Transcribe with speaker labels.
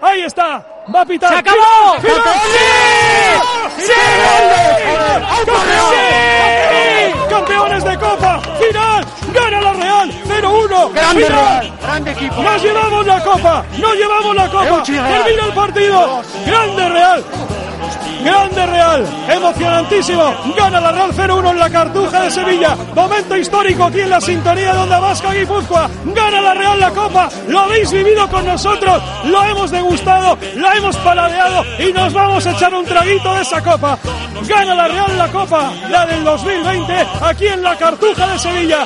Speaker 1: Ahí está. Va a pitar.
Speaker 2: ¡Se acabó!
Speaker 1: ¡Final!
Speaker 2: ¡Final!
Speaker 1: ¡Sí! ¡Sí! ¡Campeones! ¡Campeones de Copa! ¡Final! ¡Gana la Real! 0-1.
Speaker 3: Grande
Speaker 1: ¡Final!
Speaker 3: Real, grande equipo.
Speaker 1: ¡Nos llevamos la copa! ¡Nos llevamos la copa!
Speaker 3: Euchi Real.
Speaker 1: ¡Termina el partido! ¡Grande Real! ¡Grande Real! ¡Emocionantísimo! ¡Gana la Real 0-1 en la Cartuja de Sevilla! ¡Momento histórico aquí en la sintonía de Onda Vasca Guipúzcoa! ¡Gana la Real la Copa! ¡Lo habéis vivido con nosotros! ¡Lo hemos degustado! ¡La hemos paladeado! ¡Y nos vamos a echar un traguito de esa copa! ¡Gana la Real la Copa! ¡La del 2020! ¡Aquí en la Cartuja de Sevilla!